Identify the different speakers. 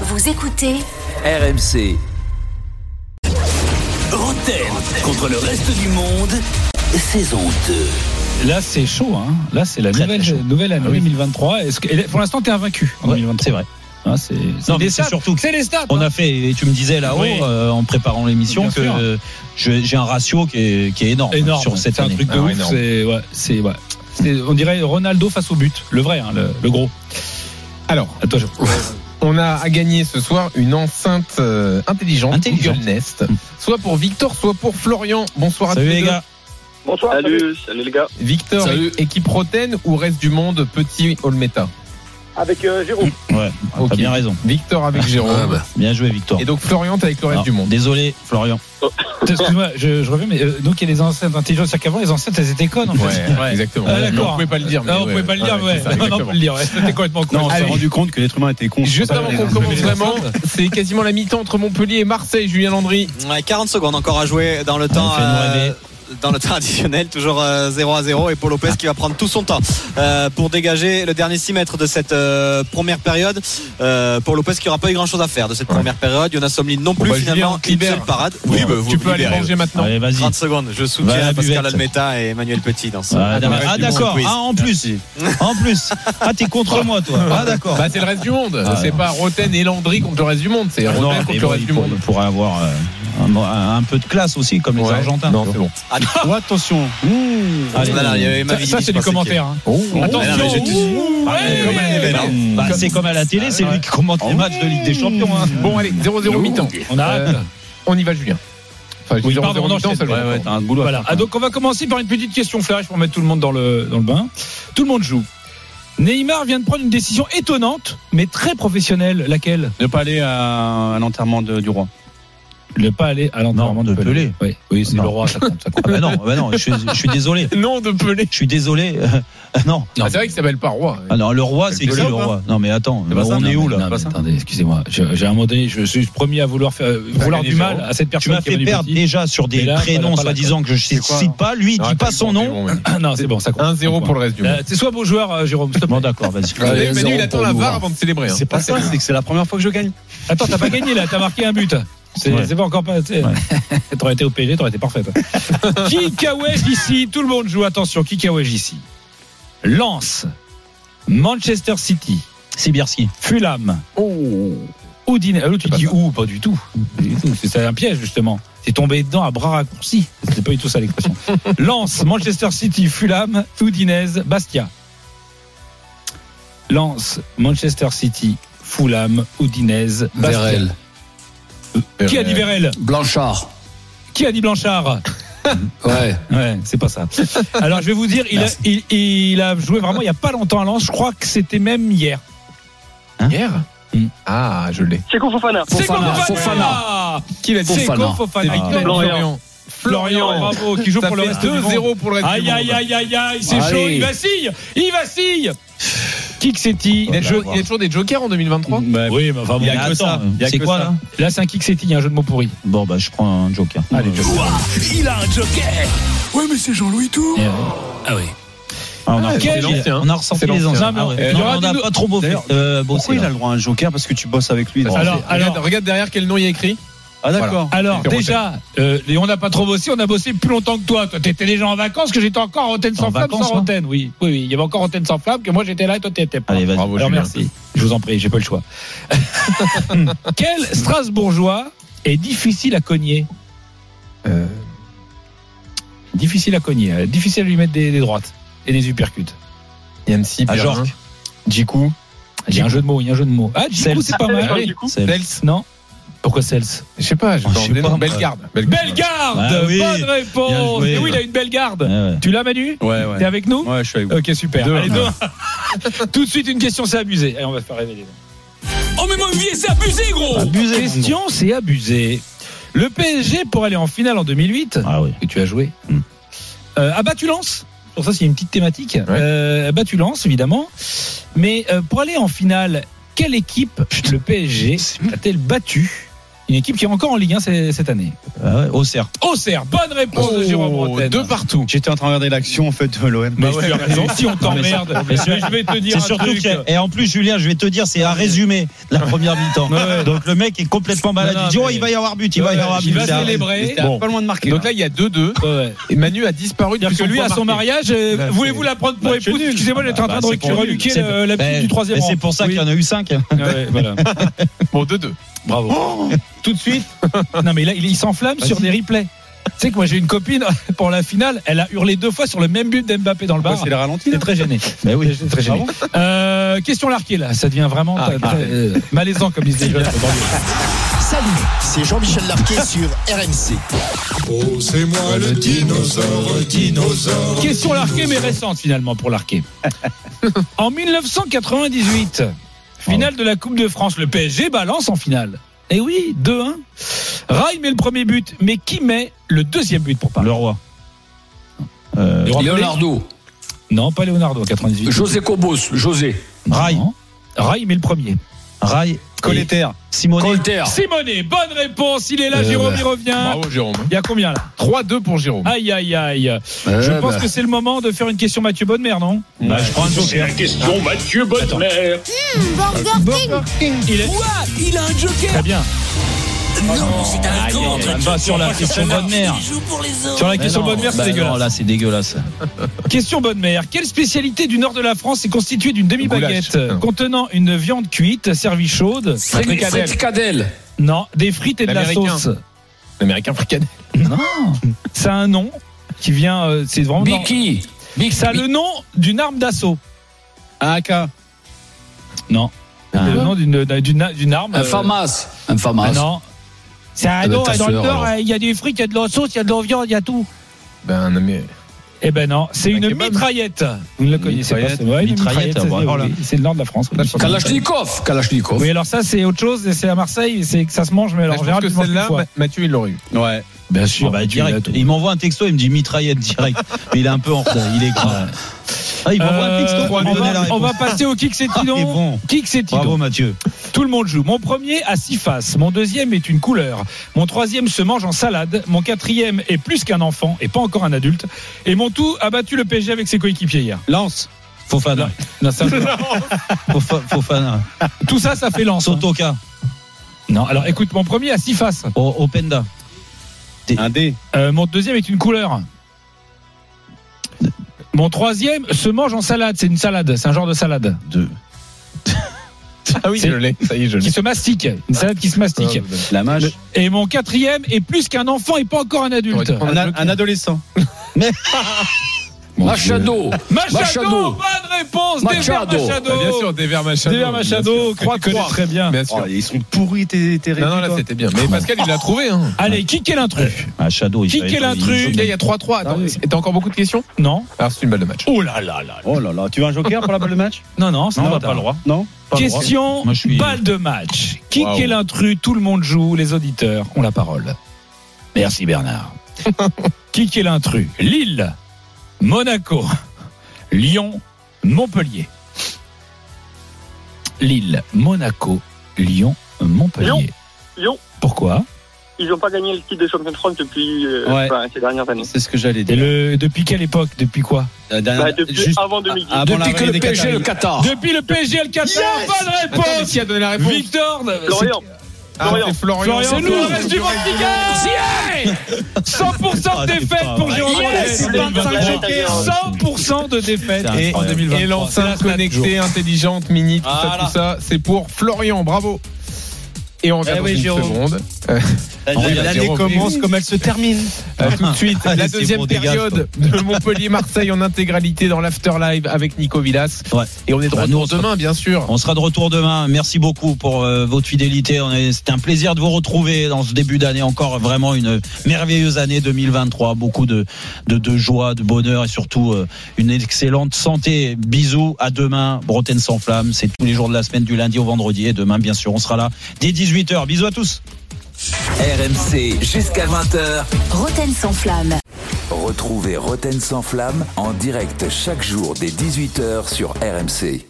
Speaker 1: Vous écoutez
Speaker 2: RMC.
Speaker 3: Roten contre le reste du monde, saison 2.
Speaker 4: Là, c'est chaud. Hein. Là, c'est la
Speaker 5: Très,
Speaker 4: nouvelle,
Speaker 5: très chaud.
Speaker 4: nouvelle année
Speaker 5: Ah oui.
Speaker 4: 2023. Est-ce que, et pour l'instant, t'es invaincu en
Speaker 5: Ouais,
Speaker 4: 2023.
Speaker 5: c'est vrai.
Speaker 4: Hein, c'est c'est
Speaker 5: mais
Speaker 4: des
Speaker 5: c'est
Speaker 4: stats.
Speaker 5: surtout que-
Speaker 4: C'est les stats.
Speaker 5: On
Speaker 4: hein.
Speaker 5: a fait, et tu me disais là-haut,
Speaker 4: Oui.
Speaker 5: euh, en préparant
Speaker 4: Bien
Speaker 5: l'émission, que
Speaker 4: sûr.
Speaker 5: euh, je- j'ai un ratio qui est, qui est énorme,
Speaker 4: énorme.
Speaker 5: sur cette
Speaker 4: c'est un
Speaker 5: année.
Speaker 4: truc de
Speaker 5: Ah,
Speaker 4: ouf.
Speaker 5: énorme.
Speaker 4: C'est ouais, c'est ouais. C'est- on dirait Ronaldo face au but, le vrai, hein, le, le gros.
Speaker 6: Alors,
Speaker 4: À toi, Jean.
Speaker 6: on a à gagner ce soir une enceinte euh, intelligente,
Speaker 5: Intelligente.
Speaker 6: Google Nest, soit pour Victor, soit pour Florian. Bonsoir à
Speaker 5: Salut
Speaker 6: tous
Speaker 5: les
Speaker 6: deux.
Speaker 5: gars.
Speaker 7: Bonsoir. Salut, salut, les gars.
Speaker 6: Victor,
Speaker 3: Salut.
Speaker 6: équipe Roten ou reste du monde petit Olmeta
Speaker 7: Avec euh, Jérôme.
Speaker 5: Ouais,
Speaker 6: Ok.
Speaker 5: t'as bien raison.
Speaker 6: Victor avec Jérôme.
Speaker 3: Ah bah.
Speaker 5: Bien joué, Victor.
Speaker 6: Et donc Florian, t'es avec le reste
Speaker 5: Non,
Speaker 6: du monde.
Speaker 5: Désolé, Florian.
Speaker 4: Oh. Excuse-moi, je, je reviens, mais euh, donc il y a les enceintes intelligentes. C'est-à-dire qu'avant, les enceintes, elles étaient connes, en fait.
Speaker 5: Ouais.
Speaker 6: exactement.
Speaker 4: Ah,
Speaker 6: Mais
Speaker 4: d'accord.
Speaker 6: on pouvait pas le dire. mais
Speaker 4: Ah, on
Speaker 6: ouais,
Speaker 4: pouvait pas le dire, ouais.
Speaker 6: c'est
Speaker 4: Non,
Speaker 6: ça,
Speaker 4: non, on
Speaker 6: exactement.
Speaker 4: peut le dire, ouais. C'était complètement con.
Speaker 6: on
Speaker 5: Ah,
Speaker 6: s'est
Speaker 4: Allez.
Speaker 6: rendu
Speaker 5: compte que l'être humain était con.
Speaker 6: Juste avant qu'on commence vraiment, c'est quasiment la mi-temps entre Montpellier et Marseille, Julien Landry.
Speaker 8: Ouais, 40 secondes encore à jouer dans le temps. euh,
Speaker 5: fais-nous rêver.
Speaker 8: dans le temps additionnel, toujours euh, 0 à 0 et Paul Lopez qui va prendre tout son temps euh, pour dégager le dernier 6 mètres de cette euh, première période. Euh, Paul Lopez qui n'aura pas eu grand chose à faire de cette première période. Jonas Somlin non plus
Speaker 6: bah, Julien,
Speaker 8: finalement.
Speaker 6: on te
Speaker 8: Une
Speaker 6: libère.
Speaker 8: seule parade.
Speaker 3: Oui, bah, vous
Speaker 6: tu peux aller
Speaker 3: libérez.
Speaker 6: manger maintenant.
Speaker 5: Allez, vas-y.
Speaker 8: 30 secondes. Je soutiens
Speaker 5: Va à la
Speaker 8: Pascal
Speaker 5: buvette.
Speaker 8: Almeta et Emmanuel Petit dans ce.
Speaker 5: Ah, d'accord.
Speaker 6: Ouais,
Speaker 5: Ah,
Speaker 6: du
Speaker 5: d'accord.
Speaker 8: bon quiz.
Speaker 5: Ah, en plus. En plus. Ah, t'es contre moi, toi. Ah, d'accord.
Speaker 6: Bah, c'est le reste du monde.
Speaker 5: Ah,
Speaker 6: c'est
Speaker 5: non.
Speaker 6: pas Roten et Landry contre le reste du monde. C'est
Speaker 5: Ah, non,
Speaker 6: Roten
Speaker 5: mais
Speaker 6: contre le
Speaker 5: bon,
Speaker 6: reste
Speaker 5: il
Speaker 6: du
Speaker 5: pour-
Speaker 6: monde.
Speaker 5: il pourrait avoir euh, un, un- un peu de classe aussi, comme les
Speaker 6: Ouais.
Speaker 5: Argentins. Ah,
Speaker 6: Non, c'est bon.
Speaker 5: attention. Allez,
Speaker 8: Non, non, il y avait
Speaker 4: Ça,
Speaker 8: Mavidi
Speaker 4: ça,
Speaker 8: qui
Speaker 4: c'est du
Speaker 8: pensait
Speaker 4: commentaire. hein.
Speaker 5: Ah,
Speaker 8: non, mais j'étais-
Speaker 4: Ouh, ouais,
Speaker 5: comme
Speaker 4: ouais,
Speaker 8: qu'il-
Speaker 4: ouais.
Speaker 8: Non.
Speaker 5: Bah, c'est comme à la télé, c'est lui qui commente les matchs de Ligue des Champions. hein.
Speaker 6: Bon, allez, 0-0 mi-temps.
Speaker 4: On arrête.
Speaker 6: Euh, on y va, Julien. Enfin,
Speaker 4: Oui,
Speaker 6: 0-0
Speaker 4: pardon, on
Speaker 6: mi-temps,
Speaker 4: enchaîne.
Speaker 6: ça, je
Speaker 4: Ouais,
Speaker 6: comprends.
Speaker 4: ouais,
Speaker 5: T'as un boulot. à
Speaker 4: Voilà.
Speaker 5: faire.
Speaker 4: Ah, donc on va commencer par une petite question flash pour mettre tout le monde dans le, dans le bain. Tout le monde joue. Neymar vient de prendre une décision étonnante, mais très professionnelle. Laquelle
Speaker 5: Ne pas aller à, l'enterrement du roi.
Speaker 4: Ne pas aller à l'entraînement
Speaker 5: Non, de Pelé.
Speaker 4: Oui, oui c'est
Speaker 5: Non.
Speaker 4: le roi, ça compte. Ça compte.
Speaker 5: Ah bah non, bah non je, suis, je suis désolé.
Speaker 6: Non, de Pelé.
Speaker 5: Je suis désolé. Ah non.
Speaker 6: Ah, c'est vrai qu'il s'appelle pas roi.
Speaker 5: Ah non, le roi, c'est qui
Speaker 6: Pelé,
Speaker 5: le
Speaker 6: ou pas
Speaker 4: hein.
Speaker 5: roi Non mais attends, on
Speaker 4: Non,
Speaker 5: est
Speaker 4: mais-
Speaker 5: où
Speaker 4: non,
Speaker 5: là
Speaker 4: mais Attendez, excusez-moi. Je- J'ai à un moment donné, je suis premier à vouloir, faire, vouloir
Speaker 6: gagné
Speaker 4: du mal
Speaker 6: zéro.
Speaker 4: à cette
Speaker 5: Bah, Tu
Speaker 4: personne.
Speaker 5: m'as
Speaker 4: qui a
Speaker 5: fait
Speaker 4: mis
Speaker 5: perdre
Speaker 4: le petit.
Speaker 5: déjà sur des
Speaker 4: Mais là, voilà,
Speaker 5: prénoms
Speaker 4: pas la
Speaker 5: soi-disant que je
Speaker 4: C'est quoi, hein?
Speaker 5: cite pas. Lui, il
Speaker 6: Non,
Speaker 5: dit
Speaker 6: attends,
Speaker 5: pas son
Speaker 6: ils sont bons,
Speaker 5: nom.
Speaker 6: mais-
Speaker 4: non, c'est bon, ça compte.
Speaker 6: 1-0 pour le reste du monde.
Speaker 4: Euh, C'est soit beau joueur, euh, Jérôme. s'il te plaît.
Speaker 5: Bon d'accord, vas-y.
Speaker 6: Allez, Manu, il attend la VAR avant de célébrer. hein.
Speaker 5: pas ça, Ah, c'est que c'est la première fois que je gagne.
Speaker 4: Attends, t'as pas gagné là, t'as marqué un but. C'est
Speaker 5: Ouais.
Speaker 4: c'est pas encore pas. t'sais. t'aurais été au PSG, t'aurais été parfaite. Kikaweg ici, tout le monde joue, attention, Kikaweg ici. Lens, Manchester City,
Speaker 5: Sibirski.
Speaker 4: Fulham, Udine. Ah, L'autre, tu dis ou, pas du tout. Pas du tout. C'est c'est un piège, justement. T'es tombé dedans à bras raccourcis. C'était pas du tout ça l'expression. Lens, Manchester City, Fulham, Udinese, Bastia. Lens, Manchester City, Fulham, Udinese, Bastia. Euh,
Speaker 3: Vérel.
Speaker 4: Qui a dit Vérel
Speaker 3: Blanchard.
Speaker 4: Qui a dit Blanchard
Speaker 3: Ouais.
Speaker 4: Ouais, c'est pas ça. Alors je vais vous dire, il a, il, il a joué vraiment il y a pas longtemps à Lens. Je crois que c'était même hier.
Speaker 6: Hier
Speaker 4: Hmm.
Speaker 6: Ah, je l'ai.
Speaker 7: C'est Fofana.
Speaker 4: C'est
Speaker 3: Fofana,
Speaker 4: Fofana.
Speaker 6: Qui l'a dit
Speaker 4: C'est
Speaker 3: Fofana.
Speaker 4: Fofana.
Speaker 6: Ah,
Speaker 4: Florian.
Speaker 6: Florian.
Speaker 4: Florian,
Speaker 6: Florian.
Speaker 4: bravo, qui joue
Speaker 6: Ça
Speaker 4: pour le
Speaker 6: fait
Speaker 4: reste du monde.
Speaker 6: 2-0 pour le reste du
Speaker 4: Aïe
Speaker 6: monde.
Speaker 4: aïe aïe aïe aïe, c'est
Speaker 3: Allez.
Speaker 4: chaud, il vacille, il vacille. Kick City.
Speaker 6: Il y a jo- il y a toujours des jokers en 2023
Speaker 4: Oui, mais enfin bon.
Speaker 5: Bah, Il y a que ça.
Speaker 4: Il y a
Speaker 5: C'est
Speaker 4: que
Speaker 5: quoi
Speaker 4: ça.
Speaker 5: là
Speaker 4: Là, c'est un kick City, il y a un jeu de mots pourri.
Speaker 5: Bon bah je prends un joker.
Speaker 4: Allez,
Speaker 5: Euh,
Speaker 4: joker.
Speaker 3: Il a un joker. Ouais, mais c'est Jean-Louis Tour.
Speaker 4: Et, euh,
Speaker 3: Ah oui.
Speaker 5: Ah, on, a
Speaker 6: Ah,
Speaker 5: ressorti-
Speaker 6: c'est l'ancien.
Speaker 5: on a ressorti
Speaker 6: C'est
Speaker 5: les
Speaker 6: l'ancien.
Speaker 5: anciens.
Speaker 4: Ah, mais-
Speaker 5: Ah ouais.
Speaker 4: Il y
Speaker 5: Non,
Speaker 4: aura
Speaker 5: on
Speaker 4: des
Speaker 5: n'a
Speaker 4: nou-
Speaker 5: pas trop beau fait.
Speaker 4: D'ailleurs,
Speaker 5: Euh, bossé,
Speaker 9: Pourquoi il
Speaker 5: là.
Speaker 9: a le droit à un joker Parce que tu bosses avec lui.
Speaker 6: Bon,
Speaker 4: Alors,
Speaker 6: c'est- regarde,
Speaker 4: alors-
Speaker 6: regarde derrière quel nom il y a écrit.
Speaker 9: Ah d'accord.
Speaker 4: Alors
Speaker 6: Super
Speaker 4: déjà, euh, et on n'a pas trop bossé, on a bossé plus longtemps que toi. Toi, t'étais déjà en vacances, que j'étais encore en antenne sans
Speaker 5: En
Speaker 4: flamme,
Speaker 5: vacances,
Speaker 4: sans
Speaker 5: hein
Speaker 4: antenne. Oui, oui, oui. Il y avait encore antenne sans flamme, que moi j'étais là et toi t'étais pas.
Speaker 5: Allez, vas-y.
Speaker 6: Bravo,
Speaker 4: Alors
Speaker 6: Julien.
Speaker 4: merci. Je vous en prie, j'ai pas le choix. Quel Strasbourgeois est difficile à cogner
Speaker 6: Euh,
Speaker 4: Difficile à cogner. euh, Difficile à lui mettre des, des droites et des uppercuts.
Speaker 6: Yancy,
Speaker 5: À
Speaker 6: Berlin,
Speaker 5: Jorque.
Speaker 6: Djikou,
Speaker 4: Il y a un jeu de mots. Il y a un jeu de mots. Ah, Djikou, c'est pas mal.
Speaker 5: Allez, c'est-
Speaker 6: Fels.
Speaker 4: Non. Pourquoi Cels
Speaker 6: Je sais pas, j'ai
Speaker 5: Oh,
Speaker 6: pas
Speaker 5: je sais
Speaker 6: envie de
Speaker 5: pas,
Speaker 6: nom.
Speaker 5: moi.
Speaker 6: Bellegarde.
Speaker 4: Belle garde.
Speaker 5: Ah oui.
Speaker 4: Bonne réponse.
Speaker 5: Bien joué.
Speaker 4: Et oui, il a une belle garde.
Speaker 5: Ouais, ouais.
Speaker 4: Tu l'as, Manu
Speaker 9: Ouais,
Speaker 4: T'es
Speaker 9: ouais.
Speaker 4: avec nous
Speaker 9: Ouais, je suis avec vous.
Speaker 4: Ok, super.
Speaker 6: Deux,
Speaker 4: Allez,
Speaker 6: un.
Speaker 4: deux. Tout de suite, une question, c'est abusé. Allez, on va se faire révéler.
Speaker 3: Oh, mais mon vieux, c'est abusé, gros.
Speaker 5: Abusé.
Speaker 4: Question, c'est abusé. Le PSG, pour aller en finale en 2008,
Speaker 5: Ah oui.
Speaker 4: que tu as joué,
Speaker 5: Hmm.
Speaker 4: euh, a battu Lens. Pour ça, c'est une petite thématique. Euh, a battu Lens, évidemment. Mais euh, pour aller en finale, quelle équipe le PSG a-t-elle battu Une équipe qui est encore en Ligue 1 ces- cette année.
Speaker 5: Ah ouais, Auxerre.
Speaker 4: Auxerre, bonne réponse de Jérôme
Speaker 6: Oh,
Speaker 4: Bretagne.
Speaker 6: de partout.
Speaker 5: J'étais en train de regarder l'action en fait de l'OM.
Speaker 4: Bah ouais, raison, si on t'emmerde, mais je vais te dire
Speaker 5: C'est
Speaker 4: un
Speaker 5: surtout
Speaker 4: truc.
Speaker 5: que, et en plus Julien, je vais te dire, c'est un résumé de la première mi-temps. Donc le mec est complètement malade.
Speaker 4: Non, non,
Speaker 5: Il dit oh
Speaker 4: mais-
Speaker 5: il va y avoir but, il va y
Speaker 4: Ouais,
Speaker 5: avoir but.
Speaker 4: il va
Speaker 5: C'est un-
Speaker 4: célébrer.
Speaker 5: Bon.
Speaker 6: loin de marquer. Donc là, il y a 2-2.
Speaker 4: Ouais, ouais.
Speaker 6: Et Manu a disparu depuis
Speaker 4: Parce que
Speaker 6: son
Speaker 4: lui,
Speaker 6: point
Speaker 4: à son
Speaker 6: marqué.
Speaker 4: mariage, euh,
Speaker 5: Bah,
Speaker 4: voulez-vous la prendre pour
Speaker 5: Bah,
Speaker 4: épouse
Speaker 5: nul.
Speaker 4: Excusez-moi, j'étais en train de
Speaker 5: Bah, c'est pour
Speaker 4: reluquer
Speaker 5: nul.
Speaker 4: le- la
Speaker 5: Ben,
Speaker 4: petite du troisième
Speaker 5: ben,
Speaker 4: rang.
Speaker 5: C'est pour ça qu'il y en a eu 5
Speaker 4: Ouais, voilà.
Speaker 6: Bon, 2-2.
Speaker 4: Bravo. Tout de suite. Non, mais là, il, il s'enflamme sur des replays. Tu sais que moi, j'ai une copine pour la finale. Elle a hurlé deux fois sur le même but d'Mbappé dans le bar.
Speaker 5: Bah, c'est le ralenti.
Speaker 4: Bah, C'est hein. Bah très gêné.
Speaker 5: Mais oui,
Speaker 4: C'est très gêné. Euh, question larquée là, ça devient vraiment très- très- euh, malaisant comme disent les jeunes.
Speaker 1: Salut, c'est Jean-Michel Larquet sur RMC.
Speaker 2: Oh, c'est moi le dinosaure, dinosaure.
Speaker 4: Question larquée mais récente finalement pour l'arqué. en 1998, finale de la Coupe de France, le PSG balance en finale. Eh oui, 2-1. Rai met le premier but, mais qui met le deuxième but pour Paris
Speaker 5: Le roi. Euh,
Speaker 4: Le Roi Pelé
Speaker 10: Leonardo,
Speaker 4: Non, pas Leonardo, 98.
Speaker 10: José Cobos, José,
Speaker 5: Rail,
Speaker 4: Non. Rai met le premier.
Speaker 5: Rail, Colleter, Simonet.
Speaker 10: Colter,
Speaker 4: Simonet, bonne réponse, il est là,
Speaker 5: Euh,
Speaker 4: Jérôme, il revient.
Speaker 6: Bravo, Jérôme.
Speaker 4: Il y a combien là
Speaker 6: 3-2 pour Jérôme.
Speaker 4: Aïe, aïe, aïe. Je
Speaker 10: Euh,
Speaker 4: pense
Speaker 10: bah.
Speaker 4: que c'est le moment de faire une question Mathieu Bonnemer, non Ah.
Speaker 5: Bah, je prends un joker.
Speaker 2: Question Mathieu Bonnemer.
Speaker 3: Hum,
Speaker 4: Il est...
Speaker 3: Il a un joker
Speaker 4: Très bien.
Speaker 3: Non, c'est un
Speaker 4: Aïe, aïe, aïe, bah, sur la question Bonnemer.
Speaker 3: joue pour les
Speaker 4: Sur la question Bonnemer, c'est
Speaker 5: Bah non,
Speaker 4: dégueulasse.
Speaker 5: là c'est dégueulasse.
Speaker 4: Question bonne mère. Quelle spécialité du nord de la France est constituée d'une demi-baguette
Speaker 6: Goulash.
Speaker 4: contenant une viande cuite, servie chaude
Speaker 6: Fricadelle.
Speaker 10: Fricadelle,
Speaker 4: Non, des frites et de la
Speaker 6: L'américain.
Speaker 4: sauce.
Speaker 6: L'américain fricadelle.
Speaker 4: Non. C'est un nom qui vient. euh, C'est vraiment. non.
Speaker 10: Biki, Biki,
Speaker 4: Ça a le nom d'une arme d'assaut. AK. Non. C'est le nom d'une d'une- d'une arme.
Speaker 10: Ah. un
Speaker 4: euh,
Speaker 10: FAMAS, un
Speaker 4: ah
Speaker 10: FAMAS.
Speaker 4: non. C'est un
Speaker 10: Ah bah,
Speaker 4: nom.
Speaker 10: ta
Speaker 4: Dans le
Speaker 10: sœur,
Speaker 4: nord, hein,
Speaker 10: alors.
Speaker 4: il y a des frites, il y a de la sauce, il y a de la viande, il y a tout.
Speaker 6: Ben, non, mais.
Speaker 4: Eh ben non, c'est une mitraillette. Vous ne la connaissez pas,
Speaker 5: Mitraillette.
Speaker 4: c'est vrai. une
Speaker 5: Mitraillette,
Speaker 4: mitraillette, ça se dit,
Speaker 5: voilà.
Speaker 4: oui. C'est le nord de la France.
Speaker 10: Kalachnikov, Kalachnikov.
Speaker 4: Oui, alors ça, c'est autre chose, et c'est à Marseille, c'est que ça se mange, mais alors
Speaker 6: Alors,
Speaker 4: en
Speaker 6: Bah, je
Speaker 4: général,
Speaker 6: pense que
Speaker 4: tu manges
Speaker 6: celle-là,
Speaker 4: une fois.
Speaker 6: Ma- Mathieu, il l'aurait eu.
Speaker 5: Ouais.
Speaker 4: bien
Speaker 5: Ah bah, direct. Il m'envoie un texto, il me dit mitraillette direct. Mais il est un peu en retard. Il est grave. Ah, il m'envoie un texto
Speaker 4: Euh,
Speaker 5: pour
Speaker 4: on,
Speaker 5: me donner la
Speaker 4: va, on
Speaker 5: réponse.
Speaker 4: va passer au kick, c'est
Speaker 5: Ah, mais
Speaker 4: Tidon.
Speaker 5: bon.
Speaker 4: Kick, c'est Tidon.
Speaker 5: Bravo Mathieu.
Speaker 4: Tout le monde joue. Mon premier a six faces. Mon deuxième est une couleur. Mon troisième se mange en salade. Mon quatrième est plus qu'un enfant et pas encore un adulte. Et mon tout a battu le PSG avec ses coéquipiers hier.
Speaker 5: Lance. Fofana.
Speaker 4: Non, ça-
Speaker 5: Fofa- Fofana.
Speaker 4: tout ça, ça fait lance. hein.
Speaker 5: Sotoka.
Speaker 4: Non, alors écoute, mon premier a six faces.
Speaker 5: O- Openda. Un D.
Speaker 4: Euh, mon deuxième est une couleur. Mon troisième se mange en salade. C'est une salade, c'est un genre de salade
Speaker 5: Deux.
Speaker 6: Ah oui,
Speaker 4: C'est-
Speaker 6: je l'ai. Ça y est, je l'ai.
Speaker 4: qui se mastique. Une salade qui se mastique.
Speaker 5: La mage.
Speaker 4: Et mon quatrième est plus qu'un enfant et pas encore un adulte.
Speaker 6: T'aurais dû prendre-
Speaker 5: adolescent.
Speaker 10: Machado,
Speaker 4: Machado,
Speaker 10: Machado.
Speaker 4: bonne réponse.
Speaker 10: Machado.
Speaker 4: Dever
Speaker 6: Ah,
Speaker 4: Machado.
Speaker 6: Bien sûr, Dever Machado.
Speaker 4: Dever
Speaker 6: Bien
Speaker 4: Machado,
Speaker 6: sûr.
Speaker 4: crois
Speaker 6: Tu connais
Speaker 4: crois. très bien.
Speaker 6: Bien sûr.
Speaker 5: Oh, ils sont pourris tes, tes
Speaker 6: Non, non, là, c'était bien. Mais Pascal, il l'a trouvé. Hein.
Speaker 4: Allez, qui est l'intrus
Speaker 5: Ah, Shadow, il Ah
Speaker 4: Qui
Speaker 5: fallait
Speaker 4: quel
Speaker 5: pas-
Speaker 4: intrus
Speaker 6: Il y a 3-3. Attends, et t'as encore beaucoup de questions
Speaker 4: Non.
Speaker 6: Alors, c'est une balle de match.
Speaker 4: Oh là là là.
Speaker 5: Oh là là, tu veux un joker pour la balle de match
Speaker 4: Non, non, ça
Speaker 5: Non,
Speaker 4: on
Speaker 5: t'as
Speaker 4: n'a pas le droit.
Speaker 5: Non pas le droit.
Speaker 4: Question
Speaker 5: Moi, je suis-
Speaker 4: balle de match. Qui
Speaker 6: Waouh.
Speaker 4: est l'intrus Tout le monde joue, les auditeurs ont la parole. Merci Bernard. Qui est l'intrus Lille, Monaco, Lyon, Montpellier. Lille, Monaco, Lyon, Montpellier.
Speaker 7: Lyon. Lyon.
Speaker 4: Pourquoi
Speaker 7: Ils n'ont pas gagné le titre de champion de France depuis euh,
Speaker 5: Ouais.
Speaker 7: enfin, ces dernières années.
Speaker 5: C'est ce que j'allais
Speaker 4: Et
Speaker 5: dire.
Speaker 4: le, depuis quelle époque Depuis quoi
Speaker 5: La dernière-
Speaker 7: Bah, depuis
Speaker 5: juste
Speaker 7: avant 2010.
Speaker 5: avant
Speaker 10: Depuis
Speaker 5: l'arrivée
Speaker 10: que le
Speaker 5: des
Speaker 10: PSG le
Speaker 5: Qataris.
Speaker 10: Qatar.
Speaker 4: Depuis le PSG le 4 Bonne
Speaker 6: Attends, mais
Speaker 4: réponse
Speaker 6: qui a donné la réponse
Speaker 4: Victor
Speaker 7: Florian,
Speaker 6: Ah,
Speaker 7: Florian.
Speaker 6: c'est Florian.
Speaker 4: Florian,
Speaker 6: C'est nous.
Speaker 4: Flores du Portugal 100% de défaite pour Jérôme
Speaker 7: Yes,
Speaker 4: Rollins.
Speaker 7: 25 jokers.
Speaker 4: 100% de défaite
Speaker 6: Ah,
Speaker 5: C'est
Speaker 4: en
Speaker 5: incroyable.
Speaker 4: 2023.
Speaker 6: Et
Speaker 4: C'est la stat
Speaker 6: l'enceinte
Speaker 4: du jour.
Speaker 6: connectée, intelligente, mini, tout ça,
Speaker 8: Voilà.
Speaker 6: tout ça, c'est pour Florian, bravo. Et on revient
Speaker 5: Eh
Speaker 6: dans
Speaker 5: oui,
Speaker 6: une
Speaker 5: Jérôme.
Speaker 6: seconde.
Speaker 5: L'année
Speaker 6: L'année commence
Speaker 5: comme elle se termine.
Speaker 6: Euh, tout de suite, la
Speaker 5: Allez, c'est
Speaker 6: deuxième
Speaker 5: bon, dégage,
Speaker 6: période de Montpellier-Marseille en intégralité dans l'afterlive avec Nico Villas.
Speaker 5: Ouais.
Speaker 6: Et on est de
Speaker 5: Bah, nous, on
Speaker 6: retour
Speaker 5: se-
Speaker 6: demain, bien sûr.
Speaker 5: On sera de retour demain. Merci beaucoup pour euh, votre fidélité. On est- C'était un plaisir de vous retrouver dans ce début d'année. Encore vraiment une merveilleuse année 2023. Beaucoup de, de, de joie, de bonheur et surtout euh, une excellente santé. Bisous. À demain. Bretagne sans flamme. C'est tous les jours de la semaine, du lundi au vendredi. Et demain, bien sûr, on sera là dès 18h. Bisous à tous.
Speaker 3: RMC jusqu'à 20h.
Speaker 11: Roten sans flamme.
Speaker 3: Retrouvez Roten sans flamme en direct chaque jour dès 18h sur RMC.